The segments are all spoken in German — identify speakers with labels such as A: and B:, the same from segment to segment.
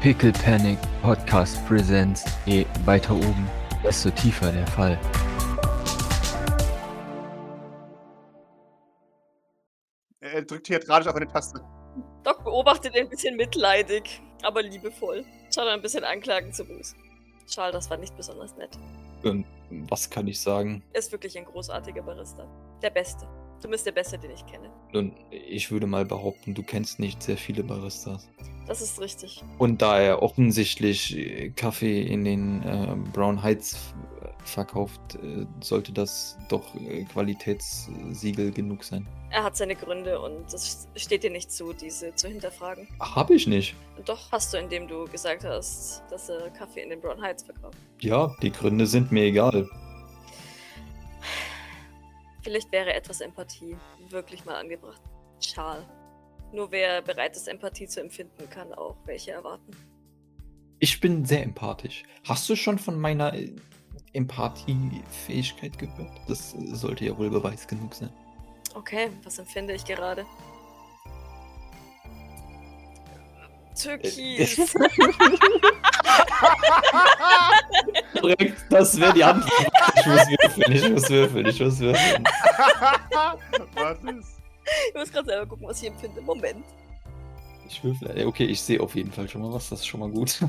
A: Pickle Panic Podcast Presents. Je weiter oben, desto tiefer der Fall.
B: Er drückt theatralisch auf eine Taste.
C: Doc beobachtet ihn ein bisschen mitleidig, aber liebevoll. Schaut ein bisschen anklagend zu Bruce. Schal, das war nicht besonders nett.
D: Ähm, was kann ich sagen?
C: Er ist wirklich ein großartiger Barista. Der Beste. Zumindest der Beste, den ich kenne.
D: Nun, ich würde mal behaupten, du kennst nicht sehr viele Baristas.
C: Das ist richtig.
D: Und da er offensichtlich äh, Kaffee in den äh, Brown Heights f- verkauft, äh, sollte das doch äh, Qualitätssiegel genug sein.
C: Er hat seine Gründe und es steht dir nicht zu, diese zu hinterfragen.
D: Habe ich nicht.
C: Und doch hast du, indem du gesagt hast, dass er Kaffee in den Brown Heights verkauft.
D: Ja, die Gründe sind mir egal.
C: Vielleicht wäre etwas Empathie wirklich mal angebracht. Schal. Nur wer bereit ist, Empathie zu empfinden, kann auch welche erwarten.
D: Ich bin sehr empathisch. Hast du schon von meiner äh, Empathiefähigkeit gehört? Das äh, sollte ja wohl Beweis genug sein.
C: Okay, was empfinde ich gerade? Türkis.
D: Äh, Korrekt, das wäre die Antwort. Ich muss würfeln, ich muss würfeln, ich muss würfeln.
B: Was ist?
C: ich muss gerade selber gucken, was ich empfinde. Moment.
D: Also Ich würfel. äh, Okay, ich sehe auf jeden Fall schon mal was, das ist schon mal gut.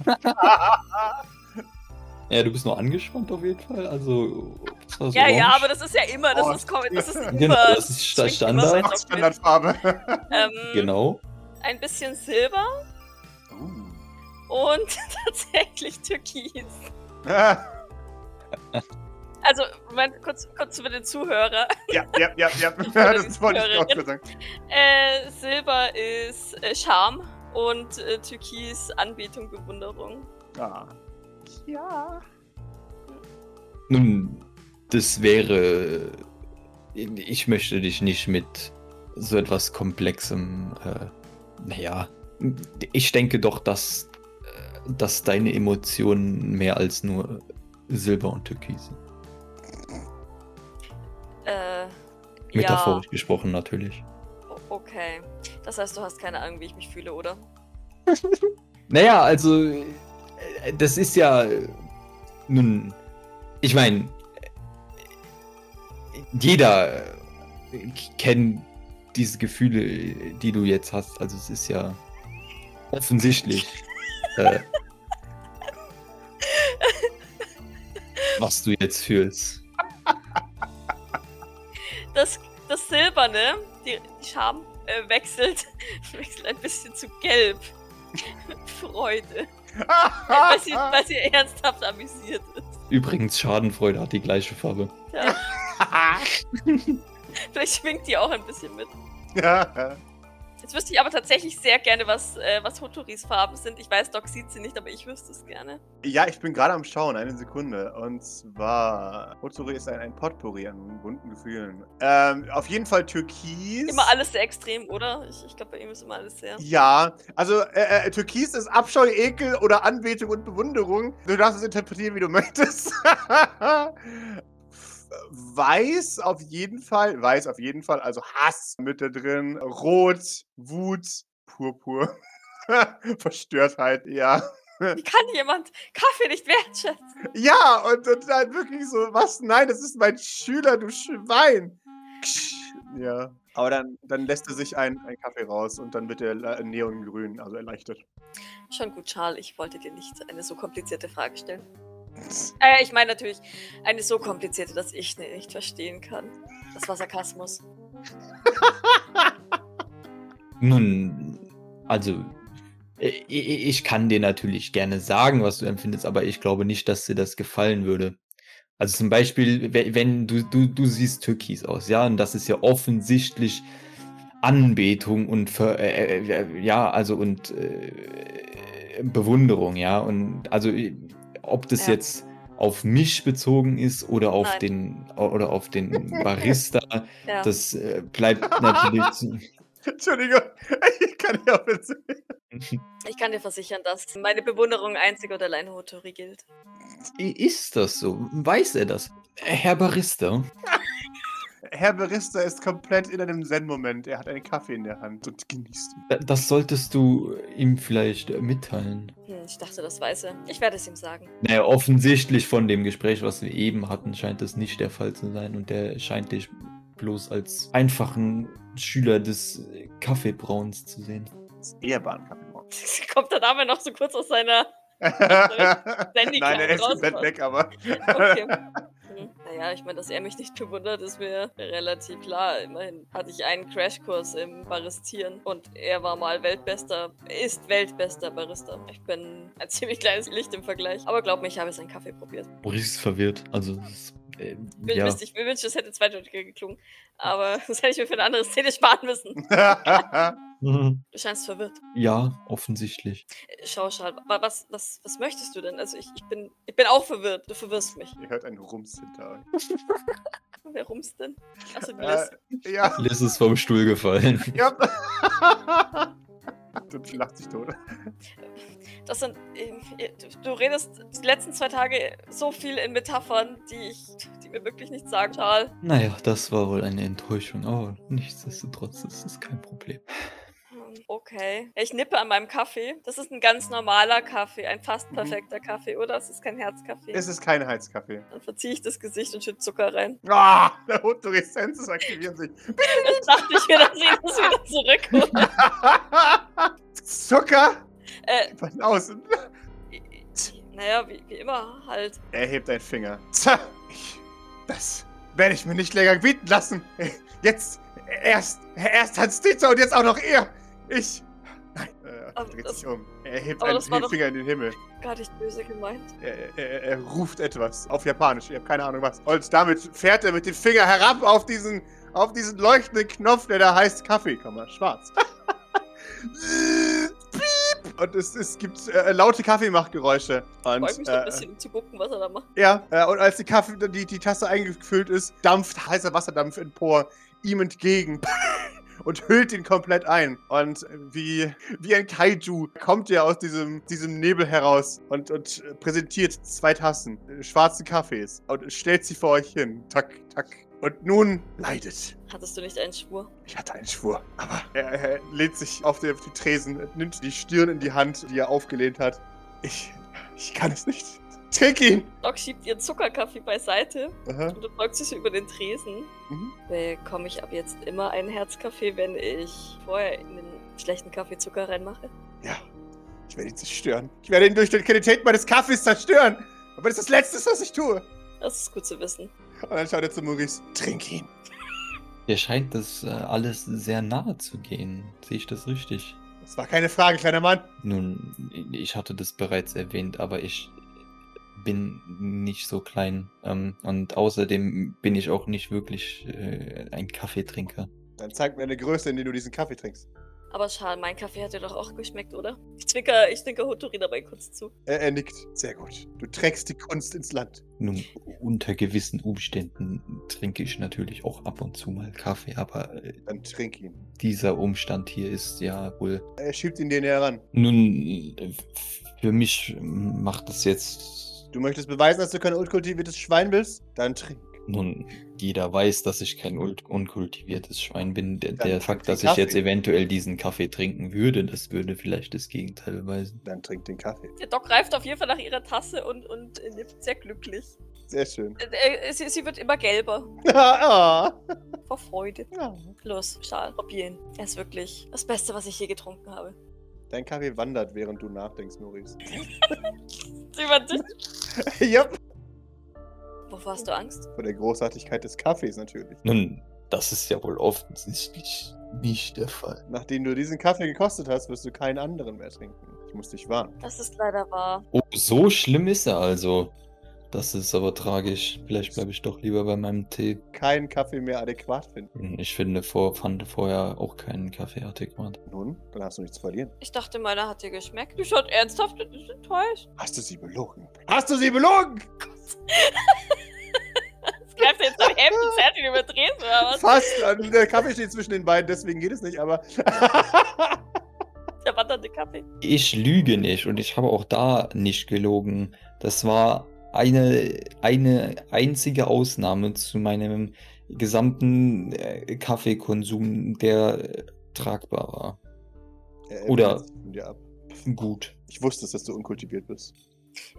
D: ja, du bist noch angespannt auf jeden Fall. Also, was war so
C: ja, ja,
D: orange?
C: aber das ist ja immer, das
B: Oh,
C: ist kommen, das ist
D: Genau,
C: immer.
D: das ist
C: schwingt
D: Standard.
C: immer
B: Auch
C: so mit.
B: Standardfarbe.
C: Ähm,
D: Genau.
C: Ein bisschen Silber und tatsächlich Türkis.
B: Ah.
C: Also, Moment, kurz, kurz für den Zuhörer.
B: Ja, ja, ja, ja. Das wollte ich auch schon sagen.
C: Äh, Silber ist äh, Charme und äh, Türkis Anbetung, Bewunderung.
B: Ah. Ja.
D: Nun, das wäre. Ich möchte dich nicht mit so etwas Komplexem. Äh, naja, ich denke doch, dass, äh, dass deine Emotionen mehr als nur Silber und Türkis sind.
C: Äh, ja,
D: Metaphorisch gesprochen natürlich.
C: o- okay. Das heißt, du hast keine Ahnung, wie ich mich fühle, oder?
D: Naja, also, äh, das ist ja. äh, Nun, ich meine, jeder äh, k- kennt diese Gefühle, äh, die du jetzt hast. Also, es ist ja offensichtlich, äh, was du jetzt fühlst.
C: Das, das Silberne, die, die Scham, äh, wechselt, wechselt ein bisschen zu Gelb. Freude. Weil sie, weil sie ernsthaft amüsiert ist.
D: Übrigens, Schadenfreude hat die gleiche Farbe.
C: Ja, vielleicht schwingt die auch ein bisschen mit.
B: Ja.
C: Jetzt wüsste ich aber tatsächlich sehr gerne, was, äh, was Hotoris Farben sind. Ich weiß, Doc sieht sie nicht, aber ich wüsste es gerne.
B: Ja, ich bin gerade am Schauen, eine Sekunde. Und zwar, Otsuri ist ein, ein Potpourri an bunten Gefühlen. Ähm, auf jeden Fall Türkis.
C: Immer alles sehr extrem, oder? Ich, ich glaube, bei ihm ist immer alles sehr.
B: Ja, also äh, äh, Türkis ist Abscheu, Ekel oder Anbetung und Bewunderung. Du darfst es interpretieren, wie du möchtest. Weiß auf jeden Fall, weiß auf jeden Fall, also Hass mit da drin. Rot, Wut, Purpur. Verstörtheit, ja.
C: Wie kann jemand Kaffee nicht wertschätzen?
B: Ja, und, und dann wirklich so, was? Nein, das ist mein Schüler, du Schwein. Ja. Aber dann, dann lässt er sich ein, ein Kaffee raus und dann wird er le- neongrün, also erleichtert.
C: Schon gut, Charles, ich wollte dir nicht eine so komplizierte Frage stellen. Äh, ich meine natürlich eine so komplizierte, dass ich sie nicht verstehen kann. Das war Sarkasmus.
D: Nun, also, i- i- ich kann dir natürlich gerne sagen, was du empfindest, aber ich glaube nicht, dass dir das gefallen würde. Also zum Beispiel, we- wenn du, du, du siehst türkis aus, ja, und das ist ja offensichtlich Anbetung und Ver, äh, äh, äh, ja, also und äh, Bewunderung, ja, und also äh, ob das
C: Ja.
D: jetzt auf mich bezogen ist oder auf
C: Nein.
D: den oder auf den Barista,
C: Ja.
D: das äh, bleibt natürlich zu-
B: Entschuldigung, ich kann ja auch jetzt.
C: Ich kann dir versichern, dass meine Bewunderung einzig und allein Hotori gilt.
D: I- Ist das so? Weiß er das? Herr Barista,
B: Herr Barista ist komplett in einem Zen-Moment. Er hat einen Kaffee in der Hand und genießt ihn.
D: das solltest du ihm äh, vielleicht mitteilen.
C: Hm. Und ich dachte, das weiß er. Ich werde es ihm sagen.
D: Naja, offensichtlich von dem Gespräch, was wir eben hatten, scheint das nicht der Fall zu sein. Und der scheint dich bloß als einfachen Schüler des äh, Kaffeebrauens zu sehen.
B: Das Eherbahn-Kaffeebrauen.
C: Kommt der Name noch so kurz aus seiner. Sandy
B: Nein, er
C: Kleid
B: ist komplett
C: raus-
B: weg, aber.
C: Okay. Hm, Naja, ich meine, dass er mich nicht bewundert, ist mir relativ klar. Immerhin hatte ich einen Crashkurs im Baristieren und er war mal Weltbester, ist Weltbester Barista. Ich bin ein ziemlich kleines Licht im Vergleich, aber glaub mir, ich habe seinen Kaffee probiert.
D: Boris ist verwirrt. Also, es ist, äh,
C: Ich
D: ja.
C: Mist, ich wünschte, es hätte zweideutiger geklungen, aber das hätte ich mir für eine andere Szene sparen müssen.
D: Mhm.
C: Du scheinst verwirrt.
D: ja, offensichtlich.
C: Äh, Schau, Schal, wa- was, was, was möchtest du denn? Also ich, ich, bin, ich bin auch verwirrt. Du verwirrst mich.
B: Ihr hört einen Rums hinter euch.
C: Wer rumst denn? Achso, du
B: Äh,
C: bist.
B: ja.
D: Liz ist vom Stuhl gefallen.
B: ja. Und lacht sich tot.
C: Das sind. ähm, ihr- Du, du redest die letzten zwei Tage so viel in Metaphern, die ich, die mir wirklich nichts sagen, Charles.
D: Naja, das war wohl eine Enttäuschung, aber nichtsdestotrotz ist es kein Problem.
C: Hm, Okay. Ich nippe an meinem Kaffee. Das ist ein ganz normaler Kaffee, ein fast perfekter Kaffee, oder? Es ist kein Herzkaffee.
B: Mhm. Es ist kein Heizkaffee.
C: Dann verziehe ich das Gesicht und schütte Zucker rein.
B: Ah, der Hundurescenzes aktivieren sich.
C: Dann dachte ich mir, dass ich das wieder zurückhole.
B: Zucker!
C: Äh,
B: Von außen.
C: naja, wie, wie immer halt.
B: Er hebt einen Finger. Tja, ich, das werde ich mir nicht länger bieten lassen. Jetzt, erst, erst Hans Dieter und jetzt auch noch ihr. Ich. Nein. Äh, Er
C: Aber
B: dreht
C: das-
B: sich um. Er hebt
C: aber
B: einen
C: das war doch-
B: Finger in den Himmel.
C: Gar nicht böse gemeint.
B: Er, er, er ruft etwas auf Japanisch. Ich habe keine Ahnung was. Und damit fährt er mit dem Finger herab auf diesen, auf diesen leuchtenden Knopf, der da heißt Kaffee, Komma, schwarz. Piep! Und es, es gibt äh, laute Kaffeemachtgeräusche. Und,
C: Freue mich so
B: äh,
C: ein bisschen, um zu gucken, was er da macht.
B: ja, äh, und als die, Kaffee, die, die Tasse eingefüllt ist, dampft heißer Wasserdampf empor, ihm entgegen und hüllt ihn komplett ein. Und äh, wie, wie ein Kaiju kommt er aus diesem, diesem Nebel heraus und, und äh, präsentiert zwei Tassen äh, schwarzen Kaffees und stellt sie vor euch hin. Tack, tack. Und nun leidet.
C: Hattest du nicht einen Schwur?
B: Ich hatte einen Schwur, aber er, er lehnt sich auf den, auf den Tresen, nimmt die Stirn in die Hand, die er aufgelehnt hat. Ich, ich kann es nicht. Trink ihn!
C: Doc schiebt ihren Zuckerkaffee beiseite
B: Aha.
C: Und du beugst dich über den Tresen.
B: Mhm.
C: Bekomme ich ab jetzt immer einen Herzkaffee, wenn ich vorher in den schlechten Kaffee Zucker reinmache?
B: Ja, ich werde ihn zerstören. Ich werde ihn durch die Qualität meines Kaffees zerstören. Aber das ist das Letzte, was ich tue.
C: Das ist gut zu wissen.
B: Und dann schaut er zu Maurice. Trink ihn.
D: Dir scheint das äh, alles sehr nahe zu gehen. Sehe ich das richtig?
B: Das war keine Frage, kleiner Mann.
D: Nun, ich hatte das bereits erwähnt, aber ich bin nicht so klein. Ähm, und außerdem bin ich auch nicht wirklich äh, ein Kaffeetrinker.
B: Dann zeig mir eine Größe, in der du diesen Kaffee trinkst.
C: Aber Schal, mein Kaffee hat dir doch auch geschmeckt, oder? Ich zwinker, ich zwinker Hotori dabei kurz zu.
B: Er, er nickt. Sehr gut. Du trägst die Kunst ins Land.
D: Nun, unter gewissen Umständen trinke ich natürlich auch ab und zu mal Kaffee, aber äh,
B: Dann trink ihn.
D: dieser Umstand hier ist ja wohl
B: Er schiebt ihn dir näher ran.
D: Nun, äh, für mich macht es jetzt.
B: Du möchtest beweisen, dass du kein unkultiviertes Schwein bist? Dann trink.
D: Nun, jeder weiß, dass ich kein ult- unkultiviertes Schwein bin. Der,
B: Dann
D: der
B: trink
D: Fakt,
B: den
D: dass ich jetzt
B: Kaffee.
D: eventuell diesen Kaffee trinken würde, das würde vielleicht das Gegenteil beweisen.
B: Dann trink den Kaffee.
C: Der Doc greift auf jeden Fall nach ihrer Tasse und, und äh, nippt sehr glücklich.
B: Sehr schön.
C: Äh, äh, Sie, sie wird immer gelber.
B: Ah, ah.
C: Vor Freude.
B: Ja.
C: Los, Schal, probier ihn. Er ist wirklich das Beste, was ich je getrunken habe.
B: Dein Kaffee wandert, während du nachdenkst, Maurice.
C: Sie war dich.
B: Jupp.
C: Wovor hast du Angst?
B: Von der Großartigkeit des Kaffees natürlich.
D: Nun, das ist ja wohl offensichtlich nicht der Fall.
B: Nachdem du diesen Kaffee gekostet hast, wirst du keinen anderen mehr trinken. Ich muss dich warnen.
C: Das ist leider wahr.
D: Oh, so schlimm ist er also. Das ist aber tragisch. Vielleicht bleibe ich doch lieber bei meinem Tee. Hm,
B: Keinen Kaffee mehr adäquat finden.
D: Ich finde, vor, fand vorher auch keinen Kaffee adäquat.
B: Nun, dann hast du nichts zu verlieren.
C: Ich dachte, meiner hat dir geschmeckt. Du schaut ernsthaft und ist enttäuscht.
B: Hast du sie belogen? Hast du sie belogen?
C: Das greift jetzt dein Hemd und zerrt ihn über den Tresen, oder was?
B: Fast. Also, Der Kaffee steht zwischen den beiden, deswegen geht es nicht, aber.
C: Der wandernde Kaffee.
D: Ich lüge nicht und ich habe auch da nicht gelogen. Das war eine, eine einzige Ausnahme zu meinem gesamten äh, Kaffeekonsum, der äh, tragbar war.
B: Er
D: Oder-
B: wendet sich von dir ab.
D: Gut.
B: Ich wusste es, dass du unkultiviert bist.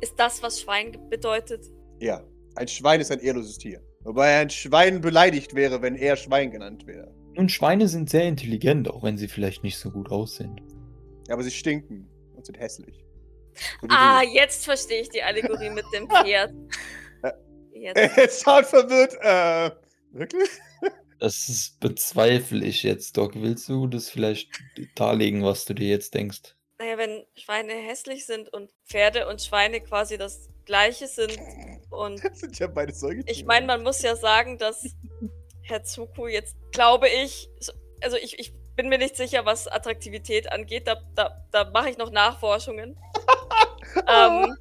C: Ist das, was Schwein ge- bedeutet?
B: Ja, ein Schwein ist ein ehrloses Tier. Wobei ein Schwein beleidigt wäre, wenn er Schwein genannt wäre.
D: Nun, Schweine sind sehr intelligent, auch wenn sie vielleicht nicht so gut aussehen.
B: Ja, aber sie stinken und sind hässlich. So wie
C: Ah,
B: du.
C: jetzt verstehe ich die Allegorie mit dem Pferd. Jetzt.
B: Jetzt schaut verwirrt. Äh, wirklich?
D: Das ist, bezweifle ich jetzt, Doc. Willst du das vielleicht darlegen, was du dir jetzt denkst?
C: Naja, wenn Schweine hässlich sind und Pferde und Schweine quasi das Gleiche sind und
B: Das sind ja beide Säugetiere.
C: Ich meine, man muss ja sagen, dass Herr Zuku jetzt, glaube ich, so- also ich, ich bin mir nicht sicher, was Attraktivität angeht. Da, da, da mache ich noch Nachforschungen. ähm,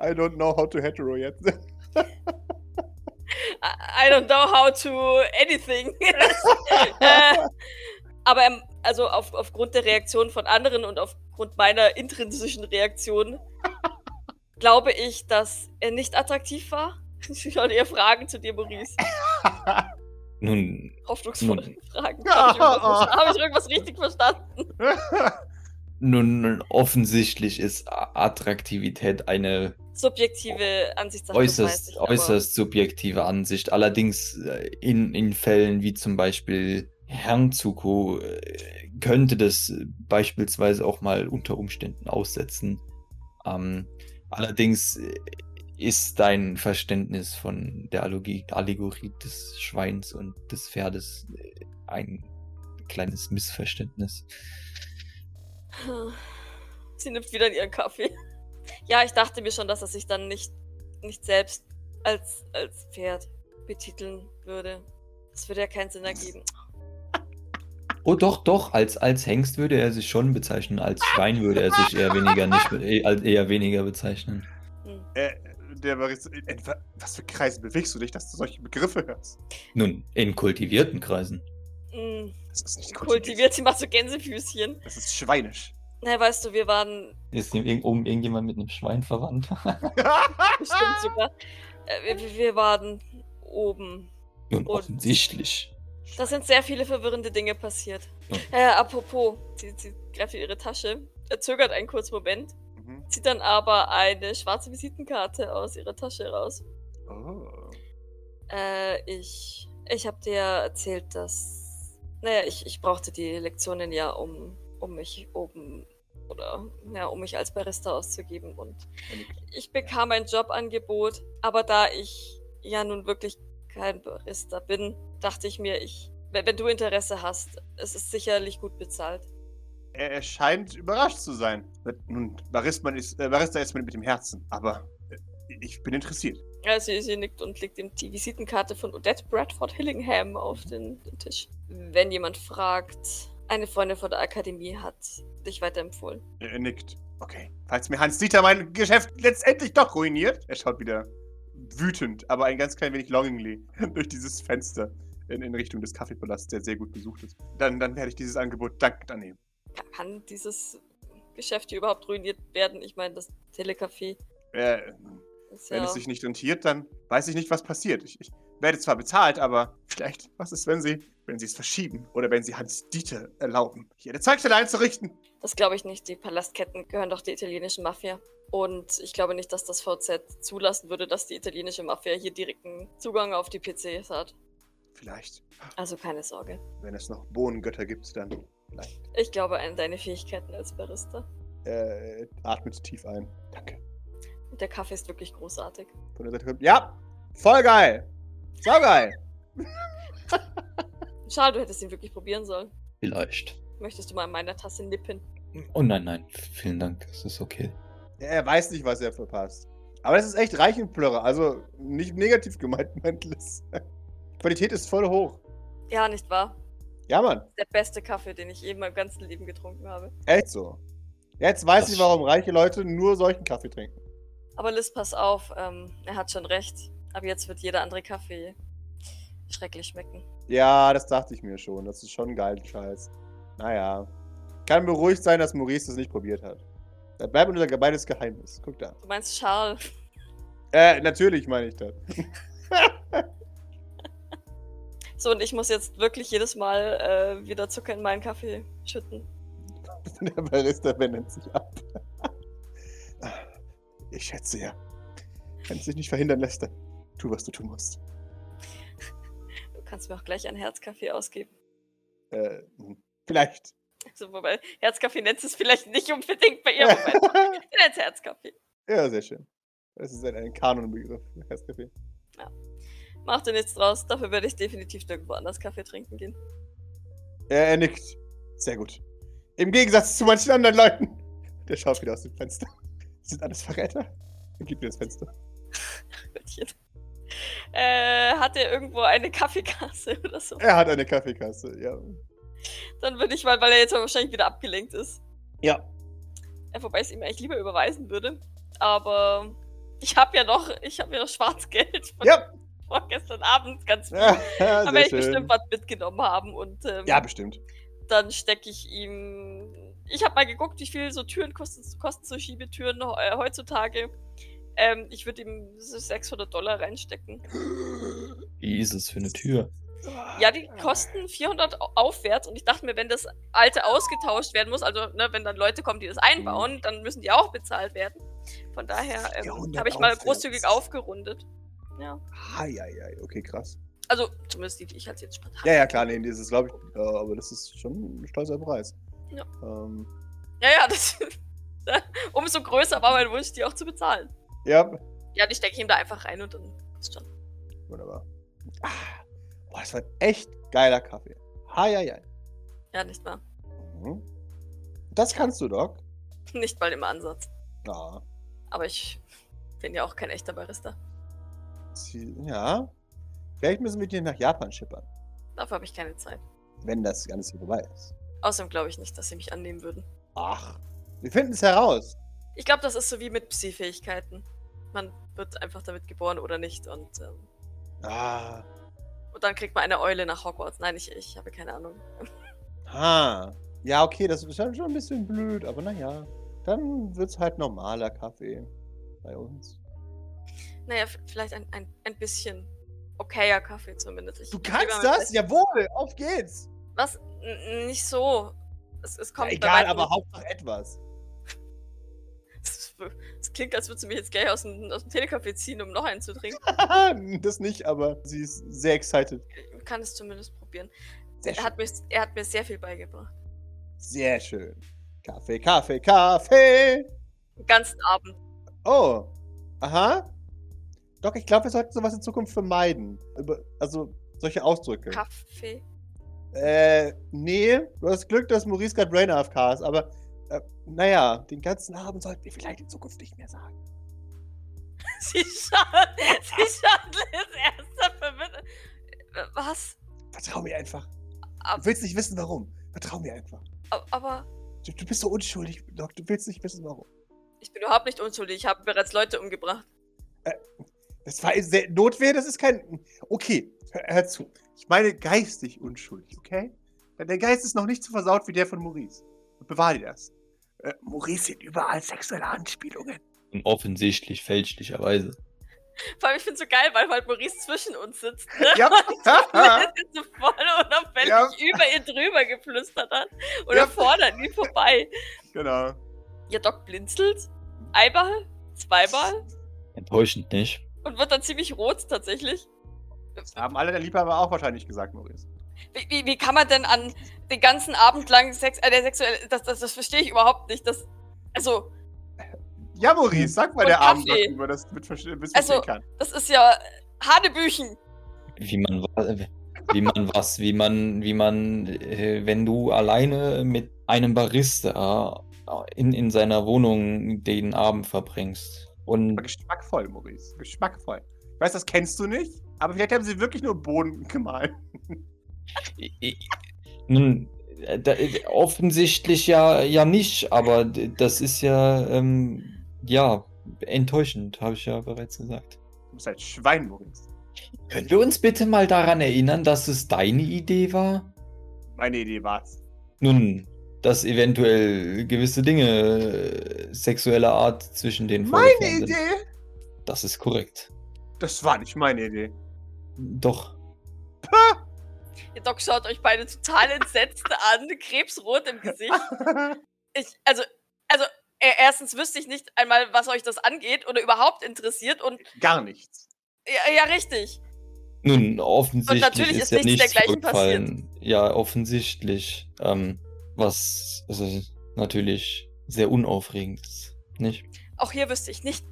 B: I don't know how to hetero yet.
C: I I don't know how to anything. äh, aber ähm, also auf, aufgrund der Reaktion von anderen und aufgrund meiner intrinsischen Reaktion glaube ich, dass er nicht attraktiv war. Ich habe eher Fragen zu dir, Maurice.
D: Nun,
C: hoffnungsvolle
D: Nun.
C: Fragen. Habe ich, irgendwas- hab ich irgendwas richtig verstanden?
D: nun offensichtlich ist A- Attraktivität eine
C: Subjektive Ansichtssache. das weiß
D: äußerst,
C: ich, aber-
D: äußerst subjektive Ansicht. Allerdings äh, in, in Fällen wie zum Beispiel Herrn Zuko äh, könnte das äh, beispielsweise auch mal unter Umständen aussetzen. Ähm, allerdings äh, ist dein Verständnis von der Allogie- Allegorie des Schweins und des Pferdes äh, ein kleines Missverständnis.
C: Sie nimmt wieder ihren Kaffee. Ja, ich dachte mir schon, dass er sich dann nicht, nicht selbst als, als Pferd betiteln würde. Das würde ja keinen Sinn ergeben.
D: Oh doch, doch, als, als Hengst würde er sich schon bezeichnen, als Schwein würde er sich eher weniger, nicht, eh- als eher weniger bezeichnen.
C: Hm.
B: äh, der war jetzt, in etwa- was für Kreisen bewegst du dich, dass du solche Begriffe hörst?
D: Nun, in kultivierten Kreisen.
C: Hm.
B: Das ist nicht kultiviert.
C: Kultiviert, sie macht so Gänsefüßchen.
B: Das ist schweinisch.
C: Na, weißt du, wir waren
D: Ist ihm irgend- oben irgendjemand mit einem Schwein verwandt?
C: bestimmt sogar. Äh, wir- wir, wir waren oben.
D: Nun,
C: Und-
D: offensichtlich.
C: Da sind sehr viele verwirrende Dinge passiert.
D: Ja.
C: Äh, apropos, sie, sie greift in ihre Tasche, äh, zögert einen kurzen Moment,
B: Mhm.
C: zieht dann aber eine schwarze Visitenkarte aus ihrer Tasche raus.
B: Oh.
C: Äh, ich, ich hab dir erzählt, dass, naja, ich, ich brauchte die Lektionen ja, um, um mich oben oder, ja, um mich als Barista auszugeben und ich bekam ein Jobangebot, aber da ich ja nun wirklich kein Barista bin, dachte ich mir, ich, wenn wenn du Interesse hast, es ist sicherlich gut bezahlt.
B: Er, er scheint überrascht zu sein. Nun, Barista ist, äh, Barista ist man mit dem Herzen, aber äh, ich bin interessiert.
C: Ja, sie, sie nickt und legt ihm die Visitenkarte von Odette Bradford Hillingham auf den, den Tisch. Wenn jemand fragt, eine Freundin von der Akademie hat dich weiterempfohlen.
B: Er nickt. Okay. Falls mir Hans-Dieter mein Geschäft letztendlich doch ruiniert. Er schaut wieder wütend, aber ein ganz klein wenig longingly durch dieses Fenster in, in Richtung des Kaffeepalasts, der sehr gut besucht ist. Dann, dann werde ich dieses Angebot dankend annehmen.
C: Ka- Kann dieses Geschäft hier überhaupt ruiniert werden? Ich meine, das Telecafé
B: Äh,
C: ist
B: wenn
C: ja...
B: es sich nicht rentiert, dann weiß ich nicht, was passiert. Ich, ich werde zwar bezahlt, aber vielleicht, was ist, wenn sie, wenn sie es verschieben oder wenn sie Hans-Dieter erlauben, hier eine Zeigstelle einzurichten?
C: Das glaube ich nicht. Die Palastketten gehören doch der italienischen Mafia. Und ich glaube nicht, dass das VZ zulassen würde, dass die italienische Mafia hier direkten Zugang auf die PCs hat.
B: Vielleicht.
C: Also keine Sorge.
B: Wenn es noch Bohnengötter gibt, dann vielleicht.
C: Ich glaube an deine Fähigkeiten als Barista.
B: Äh, atmet tief ein. Danke.
C: Und der Kaffee ist wirklich großartig.
B: Von der Seite kommt, ja, voll geil. Sau geil.
C: Schade, du hättest ihn wirklich probieren sollen.
D: Vielleicht.
C: Möchtest du mal in meiner Tasse nippen?
D: Oh nein, nein, vielen Dank, es ist okay.
B: Er weiß nicht, was er verpasst. Aber das ist echt Reichenplörre, also nicht negativ gemeint, Mantlis. Qualität ist voll hoch.
C: Ja, nicht wahr?
B: Ja, Mann,
C: Der beste Kaffee, den ich je in meinem ganzen Leben getrunken habe.
B: echt so. Jetzt weiß
D: Das
B: ich, warum reiche Leute nur solchen Kaffee trinken.
C: Aber Liz, pass auf, ähm, er hat schon recht. Aber jetzt wird jeder andere Kaffee schrecklich schmecken.
B: Ja, das dachte ich mir schon. Das ist schon geil, Scheiß. Naja. Kann beruhigt sein, dass Maurice das nicht probiert hat. Da bleibt unser gebeintes Geheimnis. Guck da.
C: Du meinst Charles?
B: Äh, natürlich meine ich das.
C: So, und ich muss jetzt wirklich jedes Mal äh, wieder Zucker in meinen Kaffee schütten.
B: Der Barista wendet sich ab. Ich schätze ja. Wenn es dich nicht verhindern lässt, dann tu, was du tun musst.
C: Du kannst mir auch gleich einen Herzkaffee ausgeben.
B: Äh, vielleicht.
C: Also, wobei, Herzkaffee nennt es vielleicht nicht unbedingt bei ihr. Moment. Ich nenn's Herzkaffee.
B: Ja, sehr schön. Das ist ein, ein Kanonbegriff. Herzkaffee.
C: Mach dir nichts draus. Dafür werde ich definitiv nirgendwo anders Kaffee trinken gehen.
B: Er, er nickt. Sehr gut. Im Gegensatz zu manchen anderen Leuten. Der schaut wieder aus dem Fenster. Sind alles Verräter? Er gibt mir das Fenster.
C: Gottchen. Äh, hat er irgendwo eine Kaffeekasse oder so?
B: Er hat eine Kaffeekasse, ja.
C: Dann würde ich mal, weil er jetzt wahrscheinlich wieder abgelenkt ist.
B: Ja.
C: Äh, wobei ich es ihm eigentlich lieber überweisen würde. Aber ich habe ja noch, ich habe ja noch Schwarzgeld von
B: Ja,
C: vorgestern Abend ganz viel.
B: ja, ja
C: aber
B: sehr
C: ich bestimmt
B: schön.
C: was mitgenommen haben und ähm,
B: Ja, bestimmt.
C: dann stecke ich ihm. Ich habe mal geguckt, wie viel so Türen kosten, kosten so Schiebetüren he- äh, heutzutage. Ähm, ich würde ihm so 600 Dollar reinstecken.
D: Wie ist es für eine Tür?
C: Ja,
B: Ah.
C: die kosten 400 au- aufwärts und ich dachte mir, wenn das alte ausgetauscht werden muss, also ne, wenn dann Leute kommen, die das einbauen, dann müssen die auch bezahlt werden. Von daher ähm,
B: 400
C: habe ich mal
B: aufwärts.
C: großzügig aufgerundet.
B: Eieiei, okay, krass.
C: Also zumindest die, die ich halt jetzt spontan.
B: Ja, ja, klar, nee, das ist, glaube ich, äh, aber das ist schon ein stolzer Preis.
C: Ja.
B: Ähm,
C: Ja, ja, das. ne, umso größer war mein Wunsch, die auch zu bezahlen.
B: ja,
C: Ja, die stecke ich ihm da einfach rein und dann passt schon.
B: wunderbar. Ah, boah, das war ein echt geiler Kaffee. Eieiei.
C: Ja, nicht mal.
B: Mhm. Das kannst du, Doc.
C: Nicht mal im Ansatz.
B: Ja.
C: Aber ich bin ja auch kein echter Barista.
B: Sie, ja. Vielleicht müssen wir dir nach Japan schippern,
C: Dafür habe ich keine Zeit.
B: wenn das Ganze vorbei ist.
C: Außerdem glaube ich nicht, dass sie mich annehmen würden.
B: Ach, wir finden es heraus.
C: Ich glaube, das ist so wie mit Psi-Fähigkeiten. Man wird einfach damit geboren oder nicht und, ähm,
B: Ah,
C: und dann kriegt man eine Eule nach Hogwarts. Nein, ich, ich habe keine Ahnung.
B: ha. Ja, okay, das ist schon schon ein bisschen blöd, aber naja. Dann wird's halt normaler Kaffee bei uns.
C: Naja, f- vielleicht ein, ein, ein bisschen okayer Kaffee zumindest. Ich
B: Du
C: gebe
B: kannst
C: mein
B: das?
C: Bestes.
B: Jawohl, auf geht's.
C: Was? N- n- nicht so. Es, es kommt
B: Ja,
C: bei
B: egal,
C: weitem
B: aber Hauptsache etwas.
C: Es es klingt, als würdest du mich jetzt gleich aus dem, aus dem Telecafé ziehen, um noch einen zu trinken.
B: das nicht, aber sie ist sehr excited.
C: Ich kann es zumindest probieren.
B: Sehr
C: Er
B: schön.
C: hat, mir, er hat mir sehr viel beigebracht.
B: Sehr schön. Kaffee, Kaffee, Kaffee.
C: Den ganzen Abend.
B: Oh. Aha. Doc, ich glaube, wir sollten sowas in Zukunft vermeiden. Über, also solche Ausdrücke.
C: Kaffee.
B: Äh, nee, du hast Glück, dass Maurice gerade Brain AFK ist, aber äh, naja, den ganzen Abend sollten wir vielleicht in Zukunft nicht mehr sagen.
C: Sie schaut, sie schaut als erster verwirrt. Äh, Was?
B: Vertrau mir einfach.
C: Ab-
B: Du willst nicht wissen, warum. Vertrau mir einfach.
C: A- Aber
B: Du, du bist so unschuldig, Doc. Du willst nicht wissen, warum.
C: ich bin überhaupt nicht unschuldig. Ich habe bereits Leute umgebracht.
B: Das war sehr Notwehr, das ist kein. Okay, hör, hör zu. Ich meine geistig unschuldig, okay? Der- Der Geist ist noch nicht so versaut wie der von Maurice. Und bewahr dir das. Äh, Maurice sieht überall sexuelle Anspielungen.
D: Und offensichtlich fälschlicherweise.
C: Vor allem, ich finde es so geil, weil halt Maurice zwischen uns sitzt. Ne?
B: Ja.
C: Und ist so voll unauffällig
B: Ja.
C: über ihr drüber geflüstert hat. Oder
B: Ja.
C: vorne an ihm vorbei.
B: genau.
C: Ja, Doc blinzelt. Einmal, zweimal
D: Enttäuschend nicht.
C: und wird dann ziemlich rot tatsächlich.
B: Haben alle der Liebhaber auch wahrscheinlich gesagt, Maurice.
C: Wie, wie, wie kann man denn an den ganzen Abend lang Sex, äh, der sexuelle, das, das, das verstehe ich überhaupt nicht. Das, also,
B: Ja, Maurice, sag mal
C: Und
B: der armen
C: Kaffee.
B: Doc, wie man das mit verste- bis
C: Also-
B: verstehen kann.
C: das ist ja Hanebüchen.
D: Wie man, wa- wie man was, wie man, wie man, äh, wenn du alleine mit einem Barista äh, in, in seiner Wohnung den Abend verbringst.
B: Aber
D: Und
B: geschmackvoll, Maurice. Geschmackvoll. Ich weiß, das kennst du nicht, aber vielleicht haben sie wirklich nur Boden gemalt.
D: i- i- nun, äh, da, äh, offensichtlich ja, ja nicht, aber d- das ist ja, ähm, ja, enttäuschend, habe ich ja bereits gesagt.
B: Du bist halt Schwein, Maurice.
D: Können wir uns bitte mal daran erinnern, dass es deine Idee war?
B: Meine Idee war's.
D: Nun, dass eventuell gewisse Dinge äh, sexueller Art zwischen den
B: Meine
D: vorgefallen sind.
B: Idee?
D: Das ist korrekt.
B: Das war nicht meine Idee.
D: Doch.
C: Ihr Doc schaut euch beide total entsetzt an, krebsrot im Gesicht. Ich, also, also, äh, erstens wüsste ich nicht einmal, was euch das angeht oder überhaupt interessiert und
B: Gar nichts.
C: ja, ja richtig.
D: Nun, offensichtlich
C: natürlich
D: ist,
C: ist
D: ja
C: nichts
D: nichts
C: dergleichen
D: vorgefallen. Ja, offensichtlich. Ähm, was also natürlich sehr unaufregend ist, nicht?
C: Auch hier wüsste ich nicht,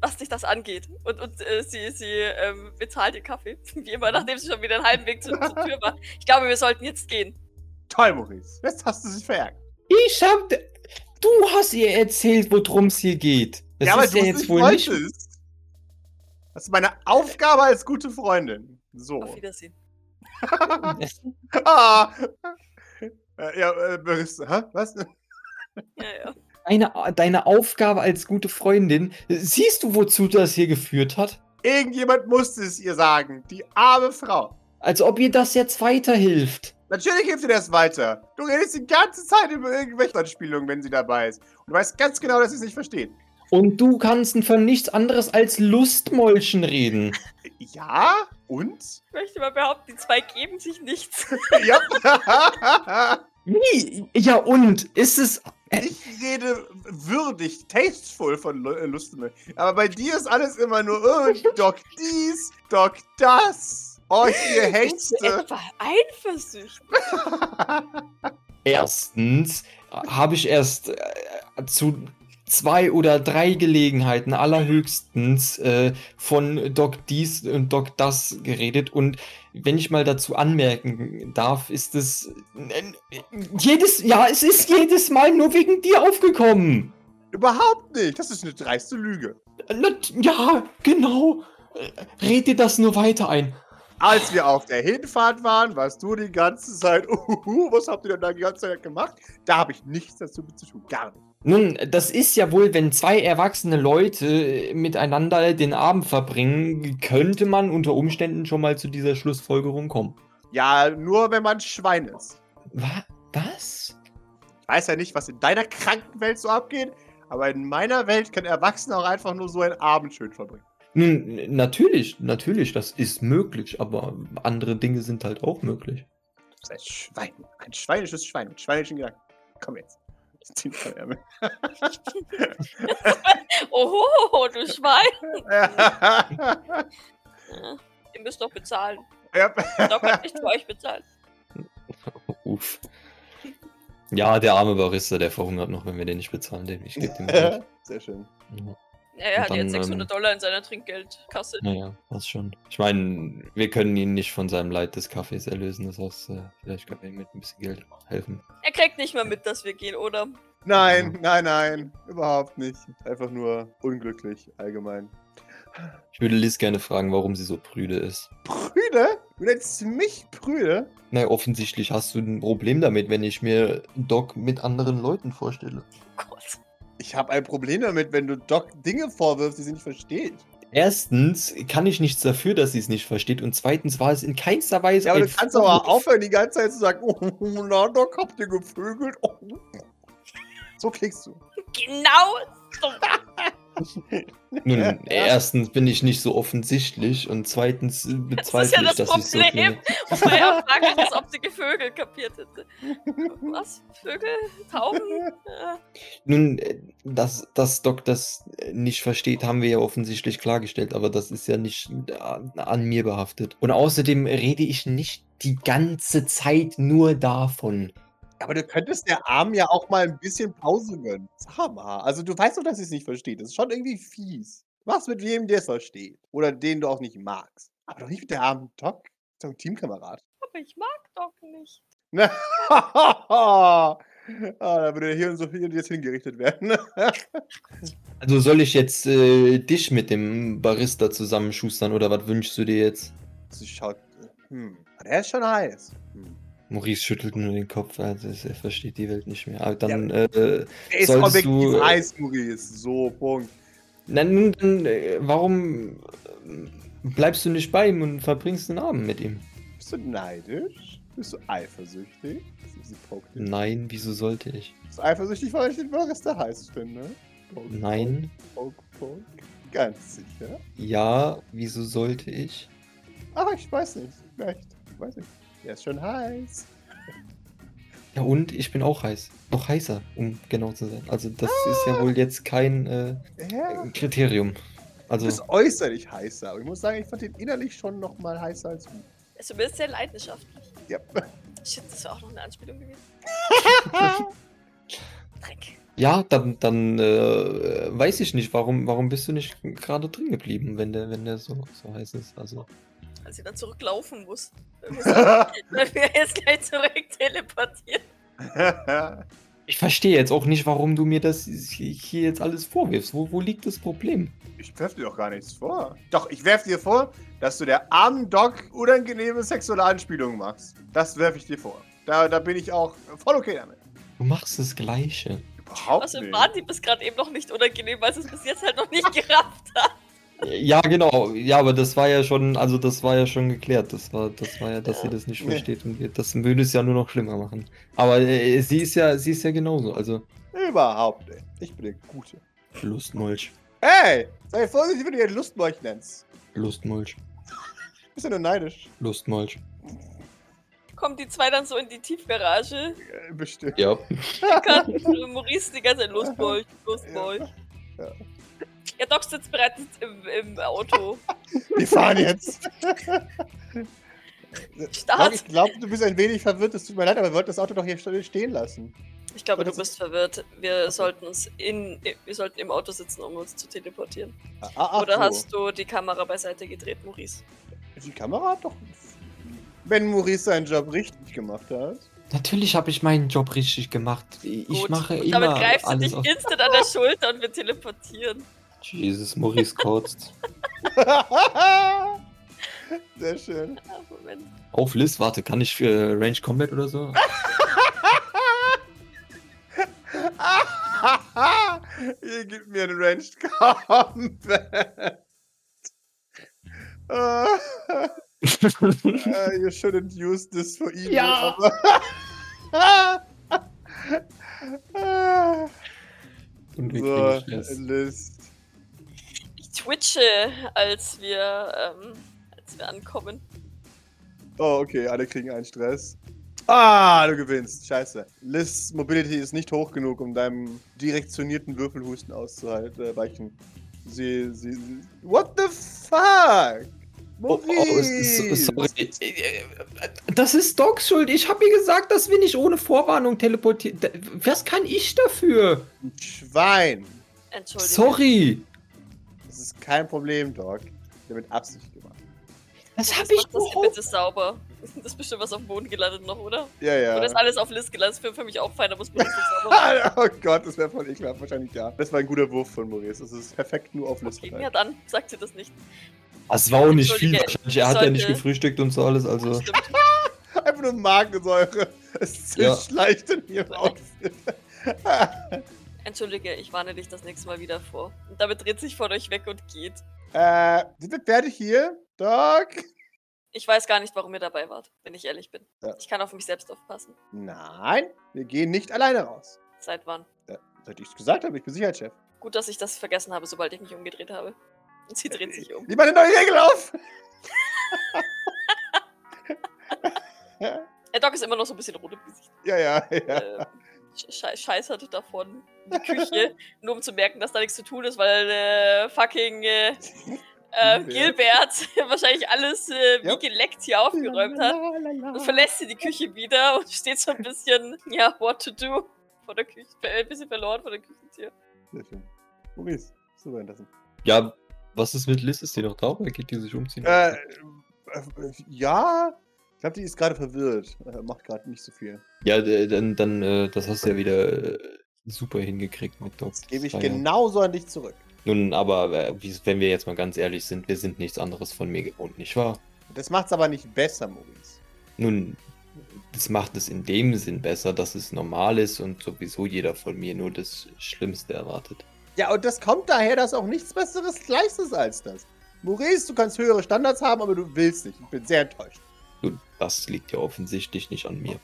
C: was dich das angeht. Und, und äh, sie, sie ähm, bezahlt den Kaffee. Wie immer, nachdem sie schon wieder einen halben Weg zur, zur Tür war. Ich glaube, wir sollten jetzt gehen.
B: Toll, Maurice. Jetzt hast du dich verärgert.
D: Ich hab... Du hast ihr erzählt, worum es hier geht. Das ist ja
B: es
D: jetzt wohl nicht...
B: wolltest. Das ist meine Aufgabe als gute Freundin.
C: Auf
B: So.
C: Wiedersehen.
B: Ah. Äh, Ja, äh, Maurice, hä? Was?
C: Ja, ja.
D: Eine, deine Aufgabe als gute Freundin. Siehst du, wozu das hier geführt hat?
B: Irgendjemand musste es ihr sagen. Die arme Frau.
D: Als ob ihr das jetzt weiterhilft.
B: Natürlich hilft dir das weiter. Du redest die ganze Zeit über irgendwelche Anspielungen, wenn sie dabei ist. Und du weißt ganz genau, dass sie es nicht versteht.
D: Und du kannst von nichts anderes als Lustmolchen reden.
B: Ja? Und?
C: Ich möchte mal behaupten, die zwei geben sich nichts.
B: ja.
D: Wie? Ja und? Ist es...
B: ich rede würdig, tasteful von Lu- äh, Lustmolch. Aber bei dir ist alles immer nur, oh, Doc dies, Doc das. Oh, ihr
C: Bist du
B: Hechte.
C: etwa eifersüchtig?
D: Erstens habe ich erst äh, zu zwei oder drei Gelegenheiten allerhöchstens äh, von Doc dies und Doc das geredet und wenn ich mal dazu anmerken darf, ist es äh, jedes ja, es ist jedes Mal nur wegen dir aufgekommen.
B: Überhaupt nicht. Das ist eine dreiste Lüge.
D: Nat- Ja, genau. Red dir das nur weiter ein.
B: Als wir auf der Hinfahrt waren, warst du die ganze Zeit, uhuhu, was habt ihr denn da die ganze Zeit gemacht? Da habe ich nichts dazu mit zu tun. Gar nicht.
D: Nun, das ist ja wohl, wenn zwei erwachsene Leute miteinander den Abend verbringen, könnte man unter Umständen schon mal zu dieser Schlussfolgerung kommen.
B: Ja, nur wenn man Schwein ist.
D: Wa was?
B: Weiß ja nicht, was in deiner kranken Welt so abgeht, aber in meiner Welt kann Erwachsene auch einfach nur so einen Abend schön verbringen.
D: Nun, natürlich, natürlich, das ist möglich, aber andere Dinge sind halt auch möglich.
B: Du bist ein Schwein. Ein schweinisches Schwein mit schweinischen Gedanken. Komm jetzt. Ich zieh dich am Ärmel.
C: Oho, du Schwein.
B: ja.
C: Äh, Ihr müsst doch bezahlen. Doc hat nicht für euch bezahlt.
D: Uff. Ja, der arme Barista, der verhungert noch, wenn wir den nicht bezahlen, den ich geb dem Geld.
B: Sehr schön.
C: Ja, Er hat
D: Und
C: jetzt
D: dann, ähm,
C: 600 Dollar in seiner Trinkgeldkasse.
D: Naja, passt schon. Ich meine, wir können ihn nicht von seinem Leid des Kaffees erlösen, das heißt, äh, vielleicht können wir ihm mit ein bisschen Geld helfen.
C: Er kriegt nicht mehr mit, dass wir gehen, oder?
B: Nein, nein, nein. Überhaupt nicht. Einfach nur unglücklich allgemein.
D: Ich würde Liz gerne fragen, warum sie so prüde ist.
B: Prüde? Du nennst mich Prüde?
D: Na, offensichtlich hast du ein Problem damit, wenn ich mir Doc mit anderen Leuten vorstelle.
C: Oh Gott.
B: Ich habe ein Problem damit, wenn du Doc Dinge vorwirfst, die sie nicht versteht.
D: Erstens kann ich nichts dafür, dass sie es nicht versteht und zweitens war es in keinster Weise
B: Ja, aber
D: ein
B: du kannst aber
D: Vorwurf.
B: aufhören, die ganze Zeit zu sagen, oh, na, Doc, habt ihr gevögelt? Oh. So klingst du.
C: Genau so.
D: Nun,
B: Ja.
D: erstens bin ich nicht so offensichtlich und zweitens äh, bezweifle
C: das
D: ich, dass ich so
C: Problem.
D: klinge.
C: Wobei er fragt, als ob sie Gevögel kapiert hätte. Was? Vögel? Tauben? Äh,
D: Nun, äh, dass, dass Doc das äh, nicht versteht, haben wir ja offensichtlich klargestellt, aber das ist ja nicht äh, an mir behaftet. Und außerdem rede ich nicht die ganze Zeit nur davon.
B: Aber du könntest der Armen ja auch mal ein bisschen Pause gönnen. Sag mal. Also du weißt doch, dass sie es nicht versteht. Das ist schon irgendwie fies. Was mit jedem, der es versteht. Oder den du auch nicht magst. Aber doch nicht mit der armen Doc. Ist doch ein Teamkamerad.
C: Aber ich mag doch nicht.
B: ah, da würde hier und so hier und jetzt hingerichtet werden.
D: Also soll ich jetzt äh, dich mit dem Barista zusammenschustern oder was wünschst du dir jetzt?
B: sie schaut. Hm. Ah, Der ist schon heiß. Hm.
D: Maurice schüttelt nur den Kopf, also er versteht die Welt nicht mehr. Aber dann, äh,
B: Der ist
D: Solltest
B: objektiv
D: du, äh,
B: heiß, Maurice. So, Punkt.
D: na, nun, dann äh, warum äh, bleibst du nicht bei ihm und verbringst den Abend mit ihm?
B: Bist du neidisch? Bist du eifersüchtig? Sie- Sie pokt ihn.
D: Nein, wieso sollte ich?
B: Bist du eifersüchtig, weil ich den Barista heiß finde? Poke,
D: Nein.
B: Poke, poke. Ganz sicher.
D: Ja, wieso sollte ich?
B: Ach, ich weiß nicht. Vielleicht. Ich weiß nicht. Der ist schon heiß.
D: Ja, und ich bin auch heiß. Noch heißer, um genau zu sein. Also, das ist ja wohl jetzt kein äh,
B: Ja, du
D: Kriterium. Also,
B: bist äußerlich heißer. Aber ich muss sagen, ich fand den innerlich schon nochmal heißer als du.
C: Zumindest Also, sehr leidenschaftlich.
B: Ja.
C: Shit, das war auch noch eine Anspielung gewesen. Dreck.
D: ja, dann, dann äh, weiß ich nicht, warum, warum bist du nicht gerade drin geblieben, wenn der, wenn der so, so heiß ist. Also,
C: Als sie dann zurücklaufen muss. Dann muss dann wäre jetzt gleich zurück teleportiert.
D: ich verstehe jetzt auch nicht, warum du mir das hier jetzt alles vorwirfst. Wo, wo liegt das Problem?
B: ich werf dir doch gar nichts vor. Doch, ich werf dir vor, dass du der armen Doc unangenehme sexuelle Anspielungen machst. Das werf ich dir vor. Da, da bin ich auch voll okay damit.
D: Du machst das Gleiche.
B: Überhaupt
C: Außerdem
B: nicht.
C: Also waren die bis gerade eben noch nicht unangenehm, weil sie es bis jetzt halt noch nicht gerafft hat.
D: Ja, genau. Ja, aber das war ja schon, also das war ja schon geklärt. Das war, das war ja, dass sie das nicht
B: Ja.
D: versteht und wir- das würde es ja nur noch schlimmer machen. Aber äh, sie ist ja, sie ist ja genauso. Also
B: Überhaupt nicht. Ich bin der Gute.
D: Lustmolch,
B: Hey, sei vorsichtig, wenn du dir Lustmolch nennst.
D: Lustmolch,
B: Bist du nur neidisch?
D: Lustmolch.
C: Kommen die zwei dann so in die Tiefgarage.
B: Äh, Bestimmt.
D: Ja.
C: Kann Maurice die ganze Zeit losbolch, losbolch.
B: Ja.
C: Ja, Doc sitzt bereits im, im Auto.
B: Wir fahren jetzt. Doc,
C: Start.
B: ich glaube, du bist ein wenig verwirrt. Es tut mir leid, aber wir wollten das Auto doch hier still stehen lassen.
C: Ich glaube, du
B: das
C: bist verwirrt. Wir sollten uns in, wir sollten im Auto sitzen, um uns zu teleportieren.
B: Ah, ach
C: Oder
B: so.
C: hast du die Kamera beiseite gedreht, Maurice?
B: Die Kamera hat doch. Wenn Maurice seinen Job richtig gemacht hat.
D: Natürlich habe ich meinen Job richtig gemacht. Ich
C: Gut.
D: mache
C: Und
D: immer
C: Damit greifst du
D: alles
C: dich
D: aus.
C: instant an der Schulter und wir teleportieren.
D: Jesus, Maurice kotzt.
B: Sehr schön.
C: Ah, Moment.
D: Auf Liz, warte, kann ich für Range Combat oder so?
B: Ihr gebt mir einen Ranged Combat. Ah, ah, you shouldn't use this for evil.
D: Ja.
B: aber- Ah.
D: Und wir
B: so,
D: kriegen Stress.
B: List.
C: Ich twitche, als wir, ähm, als wir ankommen.
B: Oh, okay, alle kriegen einen Stress. Ah, du gewinnst. Scheiße. Liz Mobility ist nicht hoch genug, um deinem direktionierten Würfelhusten auszuhalten. Äh, weichen. Sie, sie, sie. What the fuck?
D: Oh, oh, es
B: Maurice!
D: ist, sorry. Das ist Docs Schuld. Ich habe ihr gesagt, dass wir nicht ohne Vorwarnung teleportieren. Da- Was kann ich dafür?
B: Schwein!
C: Entschuldigung.
D: Sorry.
B: Das ist kein Problem, Doc. Damit Absicht gemacht.
D: Das
C: Mach
D: habe ich
C: das hier
D: überhaupt.
C: bitte sauber. Das ist bestimmt was auf dem Boden gelandet noch, oder?
B: Ja, ja.
C: Oder ist alles auf Liz gelandet? Das wäre für mich auch fein, da muss man das nicht sauber machen.
B: Ah, oh Gott, das wäre voll ekelhaft wahrscheinlich da. Das war ein guter Wurf von Maurice. Das ist perfekt nur auf Liz.
C: Okay,
B: gehalten.
C: ja dann, sagt ihr das nicht.
D: Das war auch nicht viel.
C: Entschuldige,
D: Wahrscheinlich. Er hat ja nicht
C: sollte-
D: gefrühstückt und so alles. Also
C: Stimmt.
B: Einfach nur Magensäure. Es
D: Ja.
B: zischt leicht in ihrem Outfit.
C: Entschuldige, ich warne dich das nächste Mal wieder vor. Und damit dreht sich von euch weg und geht.
B: Äh, sind wir fertig hier? Doc?
C: Ich weiß gar nicht, warum ihr dabei wart, wenn ich ehrlich bin.
B: Ja.
C: Ich kann auf mich selbst aufpassen.
B: Nein, wir gehen nicht alleine raus.
C: Seit wann?
B: Seit ich es gesagt habe, ich bin Sicherheitschef.
C: Gut, dass ich das vergessen habe, sobald ich mich umgedreht habe. Und sie dreht sich um.
B: Ich meine neue Regel auf!
C: Der Äh, Doc ist immer noch so ein bisschen rot im Gesicht.
B: Ja, ja, ja.
C: Äh, sche scheißert davon in die Küche, nur um zu merken, dass da nichts zu tun ist, weil äh, fucking äh, äh, Gilbert wahrscheinlich alles äh, wie
B: Ja.
C: geleckt hier aufgeräumt hat. Dann verlässt sie die Küche wieder und steht so ein bisschen, ja, what to do vor der Küche, äh, ein bisschen verloren vor der Küchentür.
B: Sehr schön. Maurice, so werden das.
D: ja, was ist mit Liz? Ist die noch da oder geht die sich umziehen?
B: Äh, äh, ja, ich glaube, die ist gerade verwirrt. Äh, macht gerade nicht so viel.
D: Ja, d- dann, dann, äh, das hast du ja wieder äh, super hingekriegt mit Docs.
B: Das gebe ich genau-
D: war ja-
B: genauso an dich zurück.
D: Nun, aber äh, wie- wenn wir jetzt mal ganz ehrlich sind, wir sind nichts anderes von mir gewohnt, nicht wahr?
B: Das macht's aber nicht besser, Maurice.
D: Nun, das macht es in dem Sinn besser, dass es normal ist und sowieso jeder von mir nur das Schlimmste erwartet.
B: Ja, und das kommt daher, dass auch nichts Besseres gleich ist als das. Maurice, du kannst höhere Standards haben, aber du willst nicht. Ich bin sehr enttäuscht.
D: Nun, das liegt ja offensichtlich nicht an mir.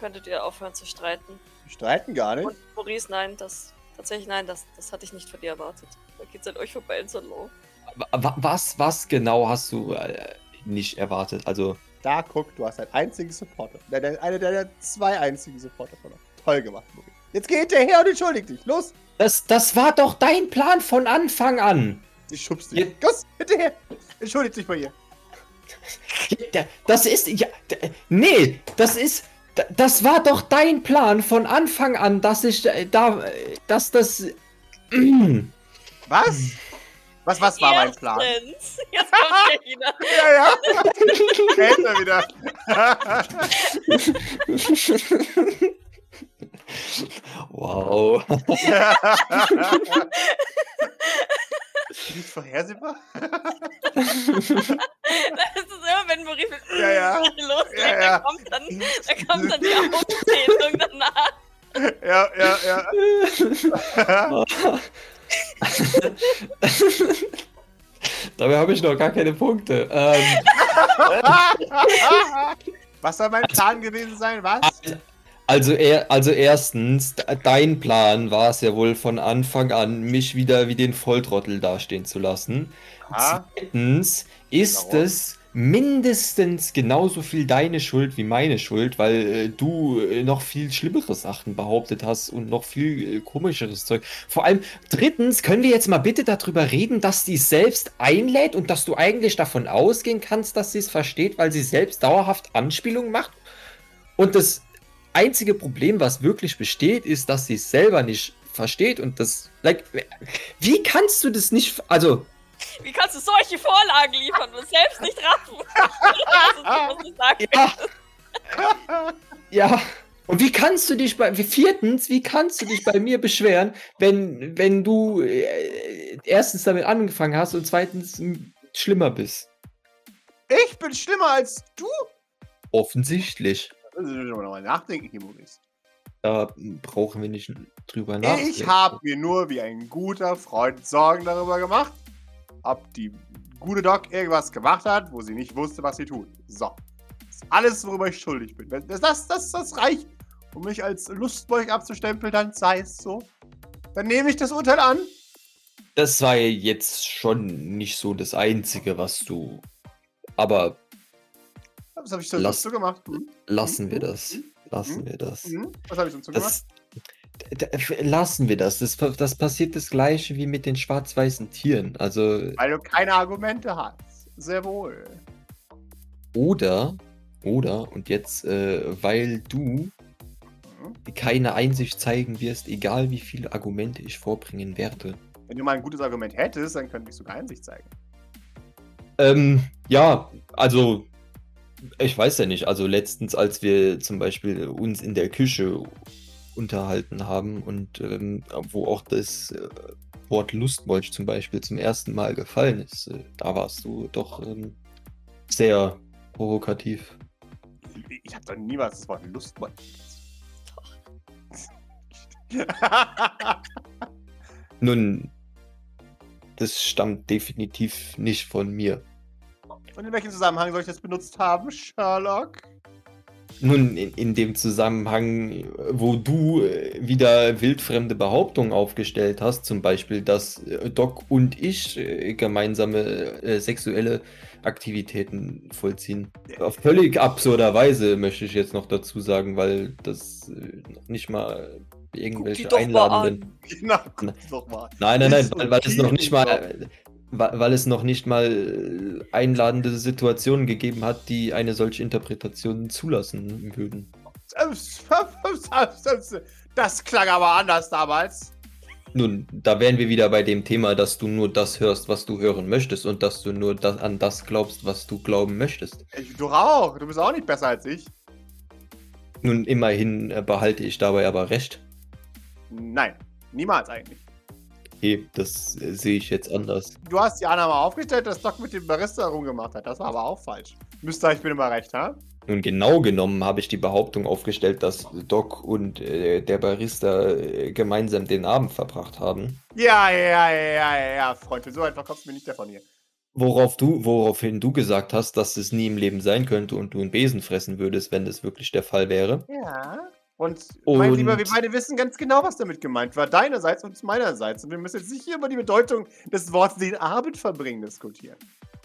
C: Könntet ihr aufhören zu streiten?
B: Wir streiten gar nicht.
C: Und Maurice, nein, das, tatsächlich nein, das, das hatte ich nicht von dir erwartet. Da geht's an euch vorbei in Salon.
D: Wa- wa- Was, was genau hast du äh, nicht erwartet? Also,
B: Da guck, du hast einen einzigen Supporter. De- de- Einer deiner zwei einzigen Supporter verloren. Toll gemacht, Muri. Jetzt geh hinterher und entschuldig dich. Los!
D: Das, das war doch dein Plan von Anfang an.
B: Ich schubst
D: Ja.
B: dich. Los, hinterher! Entschuldigt dich bei ihr.
D: Da- Das ist. Ja, d- nee, das ist. d- Das war doch dein Plan von Anfang an, dass ich äh, da. äh, Dass das.
B: Was? Was, was war mein Plan?
C: Erstens. Jetzt kommt der Ina.
B: Ja, ja. Kennt er wieder.
D: wow.
B: Nicht vorhersehbar?
C: Das ist immer, wenn Maurice mit
B: Ja, ja.
C: loslegt,
B: Ja, ja.
C: Da, kommt dann, da kommt dann die Aufzählung danach.
B: Ja, ja, ja.
D: Dabei habe ich noch gar keine Punkte. Ähm,
B: Was soll mein Plan gewesen sein? Was?
D: also, er, also erstens, d- dein Plan war es ja wohl von Anfang an, mich wieder wie den Volltrottel dastehen zu lassen.
B: Ah,
D: Zweitens ist
B: Warum?
D: es mindestens genauso viel deine Schuld wie meine Schuld, weil äh, du äh, noch viel schlimmere Sachen behauptet hast und noch viel äh, komischeres Zeug. Vor allem, drittens, können wir jetzt mal bitte darüber reden, dass die es selbst einlädt und dass du eigentlich davon ausgehen kannst, dass sie es versteht, weil sie selbst dauerhaft Anspielungen macht. Und das einzige Problem, was wirklich besteht, ist, dass sie es selber nicht versteht und das, like, wie kannst du das nicht, also,
C: Wie kannst du solche Vorlagen liefern und es selbst nicht raffen? Das ist, was du sagen
D: Ja. ja. Und wie kannst du dich bei, wie- viertens, wie kannst du dich bei mir beschweren, wenn, wenn du äh, erstens damit angefangen hast und zweitens m, schlimmer bist?
B: ich bin schlimmer als du?
D: Offensichtlich.
B: Da müssen wir nochmal nachdenken hier, Maurice.
D: Da brauchen wir nicht drüber nachdenken.
B: Ich habe mir nur wie ein guter Freund Sorgen darüber gemacht, ob die gute Doc irgendwas gemacht hat, wo sie nicht wusste, was sie tut. So. Das ist alles, worüber ich schuldig bin. Wenn- Das, das, das, das reicht, um mich als Lustbeug abzustempeln, dann sei es so. Dann nehme ich das Urteil an.
D: Das war ja jetzt schon nicht so das Einzige, was du. Aber
B: Was habe ich sonst
D: Lass-
B: so gemacht? Hm?
D: lassen wir das. Lassen wir das.
B: Hm? Was habe ich sonst so gemacht?
D: das d- d- lassen wir das. das. Das passiert das gleiche wie mit den schwarz-weißen Tieren. Also
B: Weil du keine Argumente hast. Sehr wohl.
D: Oder, oder, und jetzt, äh, weil du
B: Mhm.
D: keine Einsicht zeigen wirst, egal wie viele Argumente ich vorbringen werde.
B: Wenn du mal ein gutes Argument hättest, dann könnte ich sogar Einsicht zeigen.
D: Ähm, ja, also, ich weiß ja nicht. Also, letztens, als wir zum Beispiel uns in der Küche unterhalten haben und ähm, wo auch das äh, Wort Lustmolch zum Beispiel zum ersten Mal gefallen ist, äh, da warst du doch ähm, sehr provokativ.
B: Ich- Ich habe doch niemals das Wort Lust mal.
D: Nun, das stammt definitiv nicht von mir.
B: Und in welchem Zusammenhang soll ich das benutzt haben, Sherlock?
D: Nun, in, in dem Zusammenhang, äh, wo du äh, wieder wildfremde Behauptungen aufgestellt hast, zum Beispiel, dass äh, Doc und ich äh, gemeinsame äh, sexuelle Aktivitäten vollziehen. Auf völlig absurder Weise möchte ich jetzt noch dazu sagen, weil das äh, noch nicht mal irgendwelche einladenden.
B: Genau, guck's doch mal.
D: Nein, nein,
B: Ist
D: nein, weil, weil es noch
B: okay,
D: nicht mal weil, weil es noch nicht mal äh, einladende Situationen gegeben hat, die eine solche Interpretation zulassen würden.
B: Das klang aber anders damals.
D: Nun, da wären wir wieder bei dem Thema, dass du nur das hörst, was du hören möchtest und dass du nur das, an das glaubst, was du glauben möchtest.
B: Ich, du auch. Du bist auch nicht besser als ich.
D: Nun, immerhin äh, behalte ich dabei aber recht.
B: Nein, niemals eigentlich.
D: Hey, das äh, sehe ich jetzt anders.
B: Du hast die Annahme aufgestellt, dass Doc mit dem Barista rumgemacht hat. Das war aber auch falsch. Müsste ich bin immer recht, ha?
D: Nun, genau genommen habe ich die Behauptung aufgestellt, dass Doc und äh, der Barista äh, gemeinsam den Abend verbracht haben.
B: Ja, ja, ja, ja, ja, Freund. So einfach kommst du mir nicht davon hier.
D: Worauf du, woraufhin du gesagt hast, dass es nie im Leben sein könnte und du einen Besen fressen würdest, wenn das wirklich der Fall wäre.
B: Ja. Und, mein
D: Und-
B: Lieber, wir beide wissen ganz genau, was damit gemeint war. Deinerseits und meinerseits. Und wir müssen jetzt nicht hier über die Bedeutung des Wortes den Abend verbringen diskutieren.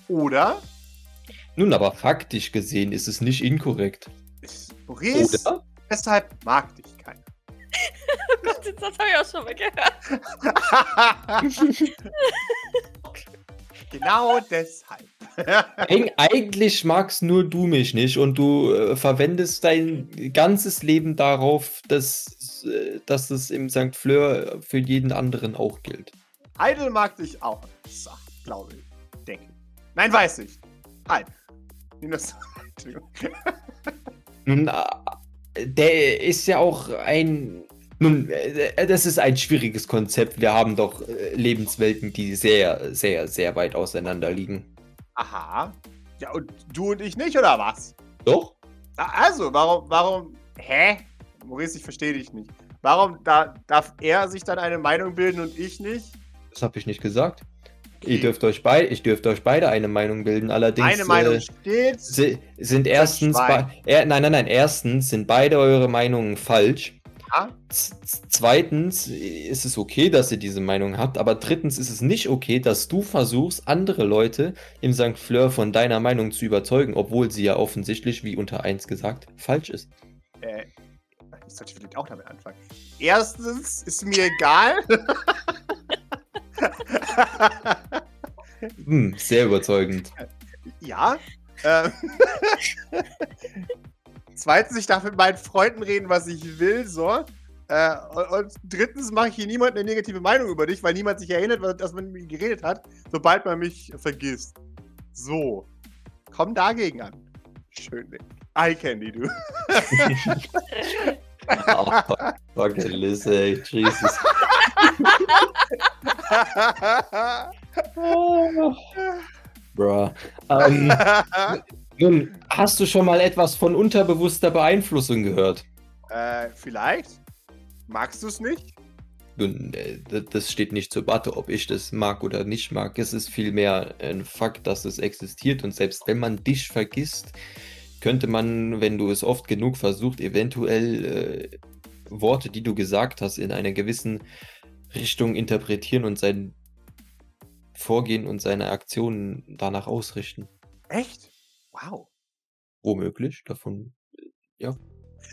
B: Oder?
D: Nun, aber faktisch gesehen ist es nicht inkorrekt.
B: Maurice,
D: Oder?
B: deshalb mag dich keiner.
C: Gott, den Satz habe ich auch schon mal gehört.
B: genau deshalb.
D: Eig- Eigentlich magst nur du mich nicht und du äh, verwendest dein ganzes Leben darauf, dass, äh, dass es im St. Fleur für jeden anderen auch gilt.
B: Heidel mag dich auch. So, glaube ich. Denke. ich. Nein, weiß ich. Halt. Heidel. Minus. Entschuldigung.
D: Nun, äh, der ist ja auch ein. Nun, äh, das ist ein schwieriges Konzept. Wir haben doch äh, Lebenswelten, die sehr, sehr, sehr weit auseinander liegen.
B: Aha. Ja, und du und ich nicht, oder was?
D: Doch?
B: Na, Also, warum, warum, hä? Maurice, ich verstehe dich nicht. Warum da, darf er sich dann eine Meinung bilden und ich nicht?
D: Das habe ich nicht gesagt.
B: Okay.
D: Ihr dürft euch beide, ich dürft euch beide eine Meinung bilden. Allerdings
B: Eine Meinung
D: äh,
B: steht.
D: si- sind erstens,
B: Schwein.
D: bei- er, nein, nein, nein, erstens sind beide eure Meinungen falsch.
B: Ja.
D: Z- z- Zweitens ist es okay, dass ihr diese Meinung habt, aber drittens ist es nicht okay, dass du versuchst, andere Leute im St. Fleur von deiner Meinung zu überzeugen, obwohl sie ja offensichtlich, wie unter 1 gesagt, falsch ist.
B: Äh, ich sollte vielleicht auch damit anfangen. Erstens ist mir egal.
D: Hm, sehr überzeugend.
B: ja. Ähm. Zweitens, ich darf mit meinen Freunden reden, was ich will, so. Äh, und, und drittens mache ich hier niemand eine negative Meinung über dich, weil niemand sich erinnert, was- dass man mit mir geredet hat, sobald man mich vergisst. So. Komm dagegen an. Schön. Eye Candy, du.
D: Oh, fuck, Liz, ey, Jesus. Bruh. Ähm, nun, hast du schon mal etwas von unterbewusster Beeinflussung gehört?
B: äh, vielleicht? Magst du es nicht?
D: Nun, äh, d- das steht nicht zur Debatte, ob ich das mag oder nicht mag. Es ist vielmehr ein Fakt, dass es existiert und selbst wenn man dich vergisst, könnte man, wenn du es oft genug versucht, eventuell äh, Worte, die du gesagt hast, in einer gewissen Richtung interpretieren und sein Vorgehen und seine Aktionen danach ausrichten.
B: Echt? Wow.
D: Womöglich, davon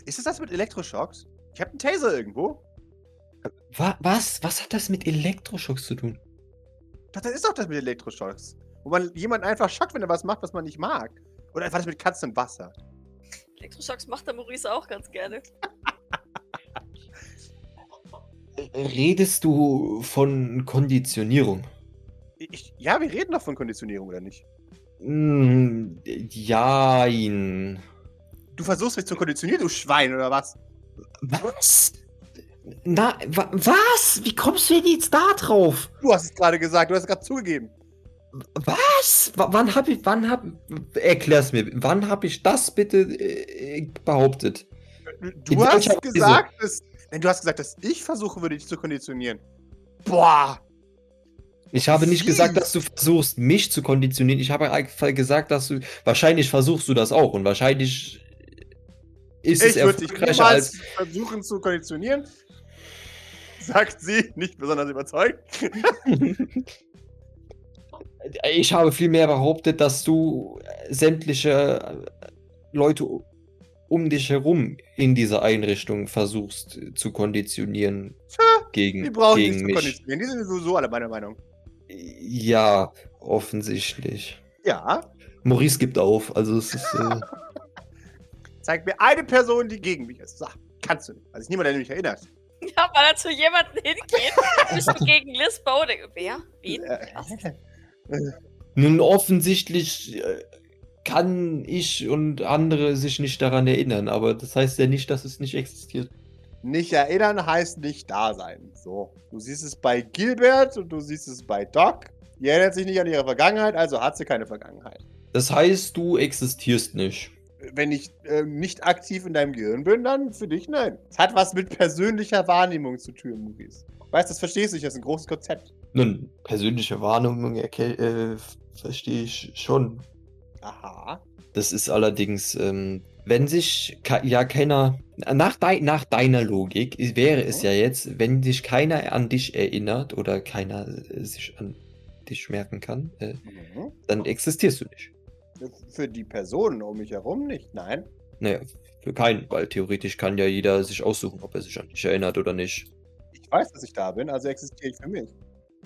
B: Ist es das mit Elektroschocks? Ich habe einen Taser irgendwo.
D: Wa was? Was hat das mit Elektroschocks zu tun?
B: Doch, das ist doch das mit Elektroschocks. Wo man jemanden einfach schockt, wenn er was macht, was man nicht mag. Oder war das mit Katzen und Wasser?
C: Elektroschocks macht der Maurice auch ganz gerne.
D: Redest du von Konditionierung?
B: Ich, ja, wir reden doch von Konditionierung, oder nicht?
D: Hm, jein.
B: Du versuchst mich zu konditionieren, du Schwein, oder was?
D: Was? Na, wa was? Wie kommst du denn jetzt da drauf?
B: Du hast es gerade gesagt, du hast es gerade zugegeben.
D: Was? W wann hab ich, wann hab, erklär's mir, wann hab ich das bitte äh, behauptet?
B: Du,
D: In
B: du hast
D: welcher
B: gesagt, dass, nein, du hast gesagt, dass ich versuche würde, dich zu konditionieren. Boah!
D: Ich habe nicht
B: Jeez.
D: gesagt, dass du versuchst, mich zu konditionieren. Ich habe einfach gesagt, dass du. Wahrscheinlich versuchst du das auch. Und wahrscheinlich ist es
B: ich würde dich
D: erfolgreicher
B: niemals
D: als.
B: versuchen zu konditionieren. Sagt sie, nicht besonders überzeugt.
D: Ich habe vielmehr behauptet, dass du äh, sämtliche äh, Leute um dich herum in dieser Einrichtung versuchst äh, zu konditionieren gegen,
B: Die brauchen
D: Hm, gegen
B: nicht zu
D: mich.
B: konditionieren. Die sind sowieso alle meiner Meinung.
D: Ja, offensichtlich.
B: Ja.
D: Maurice gibt auf. Also es ist. Äh,
B: Zeig mir eine Person, die gegen mich ist. So, kannst du nicht. Weil sich niemand an mich erinnert.
C: Ja, weil er zu jemandem hingeht, zwischen gegen Liz Bow und denkt, wer? Wen?
B: Äh,
C: Was?
D: Nun, offensichtlich äh, kann ich und andere sich nicht daran erinnern, aber das heißt ja nicht, dass es nicht existiert.
B: Nicht erinnern heißt nicht da sein. So. Du siehst es bei Gilbert und du siehst es bei Doc. Die erinnert sich nicht an ihre Vergangenheit, also hat sie keine Vergangenheit.
D: Das heißt, du existierst nicht.
B: Wenn ich äh, nicht aktiv in deinem Gehirn bin, dann für dich nein. Es hat was mit persönlicher Wahrnehmung zu tun, Maurice. Weißt du, das verstehst du nicht, das ist ein großes Konzept.
D: Nun, persönliche Warnung erke- äh, verstehe ich schon.
B: Aha.
D: Das ist allerdings, ähm, wenn sich ke- ja keiner, nach, dei nach deiner Logik i- wäre es ja jetzt, wenn sich keiner an dich erinnert oder keiner äh, sich an dich merken kann, äh,
B: Mhm.
D: dann existierst du nicht.
B: Für die Personen um mich herum nicht, nein.
D: Naja, für keinen, weil theoretisch kann ja jeder sich aussuchen, ob er sich an dich erinnert oder nicht.
B: Ich weiß, dass ich da bin, also existiere ich für mich.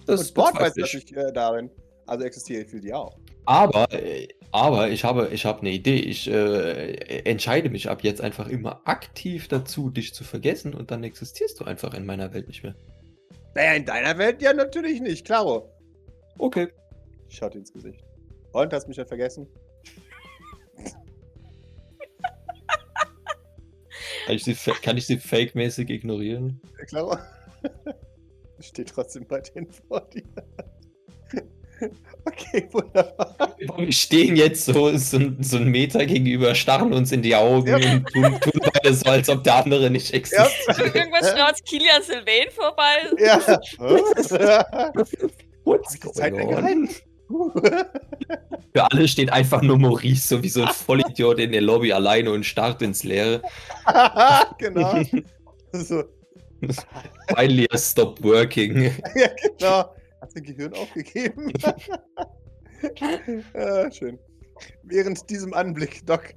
D: Das
B: Und Bord weiß,
D: bezweifle
B: dass ich äh, da bin, also existiere ich für die auch.
D: Aber, äh, aber ich habe, ich habe eine Idee. Ich äh, entscheide mich ab jetzt einfach immer aktiv dazu, dich zu vergessen und dann existierst du einfach in meiner Welt nicht mehr.
B: Naja, in deiner Welt ja natürlich nicht, klaro.
D: Okay.
B: Schaut ins Gesicht. Und hast mich ja vergessen?
D: Kann ich sie, fa- kann ich sie fake-mäßig ignorieren?
B: Ja, Klaro. Steht trotzdem bei denen vor dir. Okay, wunderbar.
D: Wir stehen jetzt so, so, ein- so ein Meter gegenüber, starren uns in die Augen
B: Ja.
D: und tun, tun beide so, als ob der andere nicht
B: Ja.
D: existiert.
C: Irgendwann schnauzt Kilian Sylvain vorbei.
B: Ja. Hab
D: What's
B: ich die Zeit
D: going on?
B: eingehalten?
D: Für alle steht einfach nur Maurice, so wie so ein Vollidiot in der Lobby alleine und starrt ins Leere.
B: genau. So,
D: Finally, I stopped working.
B: genau. Hast dein Gehirn aufgegeben? ah, schön. Während diesem Anblick, Doc.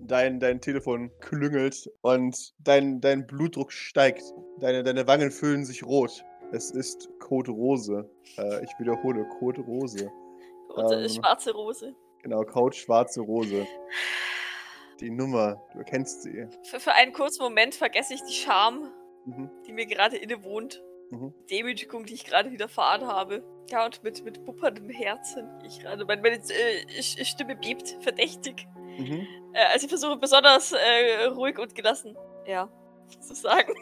B: dein, dein Telefon klüngelt und dein, dein Blutdruck steigt. Deine, deine Wangen füllen sich rot. Es ist Code Rose. Äh, ich wiederhole, Code Rose.
C: Rose,
B: Ähm.
C: Schwarze Rose.
B: Genau, Code Schwarze Rose. Die Nummer, du erkennst sie.
C: Für, für einen kurzen Moment vergesse ich die Scham,
B: Mhm.
C: die mir gerade innewohnt.
B: Mhm.
C: Demütigung, die ich gerade widerfahren habe. Ja, und mit, mit bupperndem Herzen. Ich gerade, meine, meine äh, ich, ich Stimme bebt, verdächtig.
B: Mhm.
C: Äh, also ich versuche besonders äh, ruhig und gelassen, ja, zu sagen.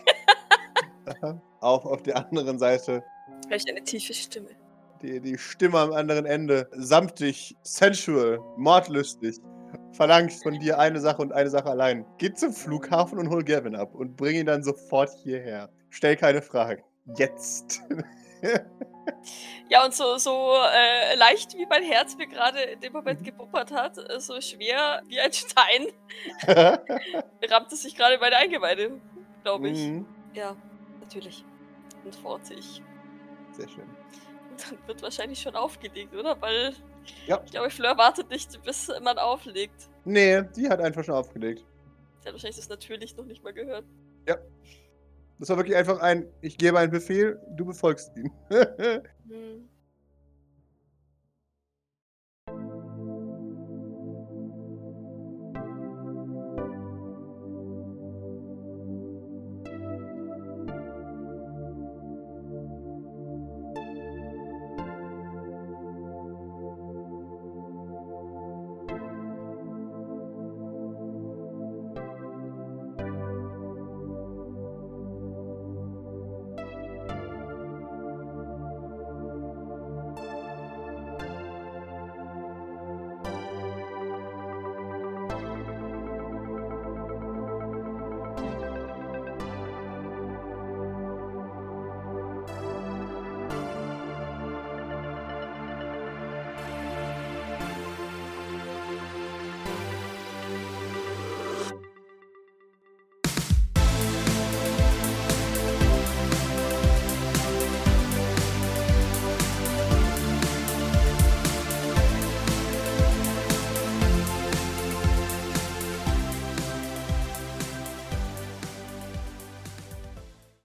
B: Auch auf der anderen Seite
C: Vielleicht eine tiefe Stimme.
B: die, die Stimme am anderen Ende, samtig, sensual, mordlustig, verlangt von dir eine Sache und eine Sache allein. Geh zum Flughafen und hol Gavin ab und bring ihn dann sofort hierher. Stell keine Fragen. Jetzt.
C: Ja, und so, so äh, leicht wie mein Herz mir gerade in dem
B: Mhm.
C: Moment gebuppert hat, äh, so schwer wie ein Stein, rammt es sich gerade meine Eingeweide, glaube ich.
B: Mhm.
C: Ja, natürlich. Und forte ich.
B: Sehr schön.
C: Und dann wird wahrscheinlich schon aufgelegt, oder? Weil
B: Ja.
C: ich glaube, Fleur wartet nicht, bis man auflegt.
B: Nee, die hat einfach schon aufgelegt.
C: Sie hat wahrscheinlich das natürlich noch nicht mal gehört.
B: Das war wirklich einfach ein, ich gebe einen Befehl, du befolgst ihn.
C: Hm.